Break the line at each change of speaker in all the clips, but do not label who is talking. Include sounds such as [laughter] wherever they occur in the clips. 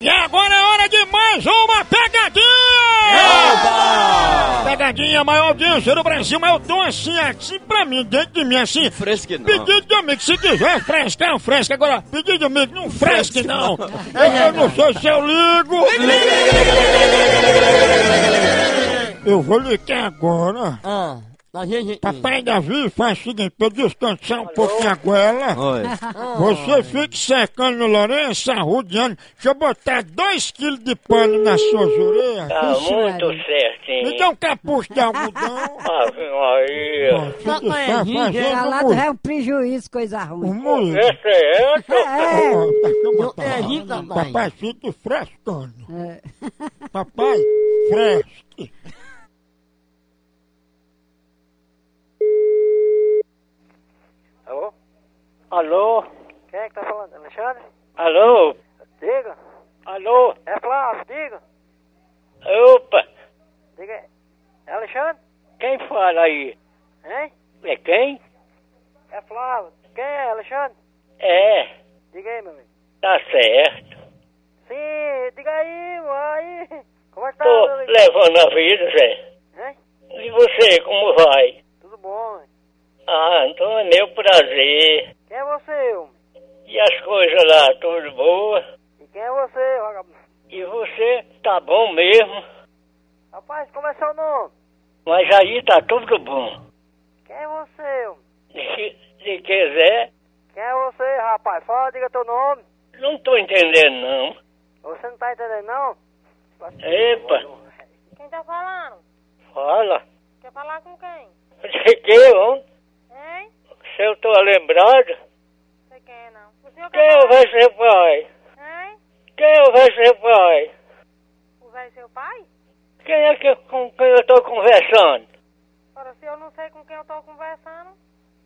E agora é hora de mais uma pegadinha! Pegadinha, a maior audiência do Brasil, mas eu dou assim, assim pra mim, dentro de mim, assim.
Fresque não.
Pedido de amigo, se quiser fresca, é um fresca. Agora, pedido de amigo, não fresque não. Eu, eu não sei se eu ligo. Eu vou ligar agora.
Ah, a gente.
Tá
Papai Davi faz o seguinte, pra eu distanciar um pouquinho a goela.
Oi.
Você fica cercando o Lourenço, arrudeando. Deixa eu botar dois quilos de pano nas suas orelhas.
Tá
Vixe,
muito
Maria.
certo, hein?
Me dá um capuz de algodão.
Ave Maria.
Tá
Você está
correndo,
fazendo
Calado
um
é um prejuízo, coisa
um
ruim.
moído.
Essa é essa?
É,
Não é rica, pai.
Papai, fique um frescando.
é.
Papai, fresque.
Alô?
Alô?
Quem é que tá falando? Alexandre?
Alô?
Diga.
Alô?
É Flávio, diga.
Opa!
Diga aí. É Alexandre?
Quem fala aí?
Hein?
É quem?
É Flávio. Quem é, Alexandre?
É,
Diga aí, meu amigo.
tá certo.
Sim, diga aí, mano. Aí. [laughs] Como é que tá,
Tô
meu amigo?
levando a vida, Zé.
Hein?
E você, como vai?
Tudo bom, hein?
Ah, então é meu prazer.
Quem é você, homem?
E as coisas lá, tudo boa?
E quem é você, vagabundo?
E você, tá bom mesmo?
Rapaz, como é seu nome?
Mas aí tá tudo bom.
Quem é você, homem?
Se, se quiser,
Quem é você, rapaz? Fala, diga teu nome.
não tô entendendo, não.
Você não tá entendendo, não?
Epa,
Quem tá falando?
fala.
Quer falar com quem?
Você que, homem?
Hein?
Se eu tô lembrado,
Você quer não? O senhor
quem é
é
quer
vai ser pai?
falar? Hein?
Quem é vai ser pai?
O velho seu pai?
Quem é que, com quem eu tô conversando?
Ora, se eu não sei com quem eu tô conversando,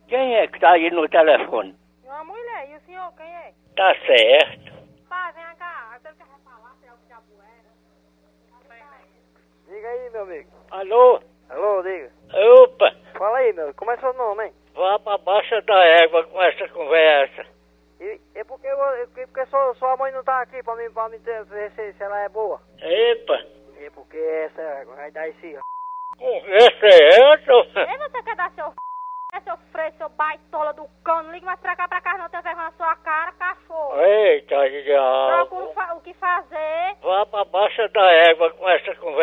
Quem é que tá aí no telefone?
é uma mulher. E o senhor quem é?
Tá certo.
Pai, vem cá. Aquele que vai falar, se é o que já era.
Diga aí, meu amigo.
Alô?
Alô, diga.
Opa,
Fala aí, meu. Como é seu nome, hein?
vá pra baixo da égua com essa conversa.
E, e porque, eu- e porque sua, sua mãe não tá aqui pra mim, pra mim ter, ver se, se ela é boa?
Epa,
E porque essa é vai dar esse.
conversa é essa?
Ei, você quer dar seu f... É seu freio, seu baitola do cano. Liga mais pra cá, pra cá, não tem vergonha na sua cara, cachorro.
Eita,
Troca o
Tá
diabo.
fa- o que fazer. é
Vá pra baixo da égua com essa Ah, é.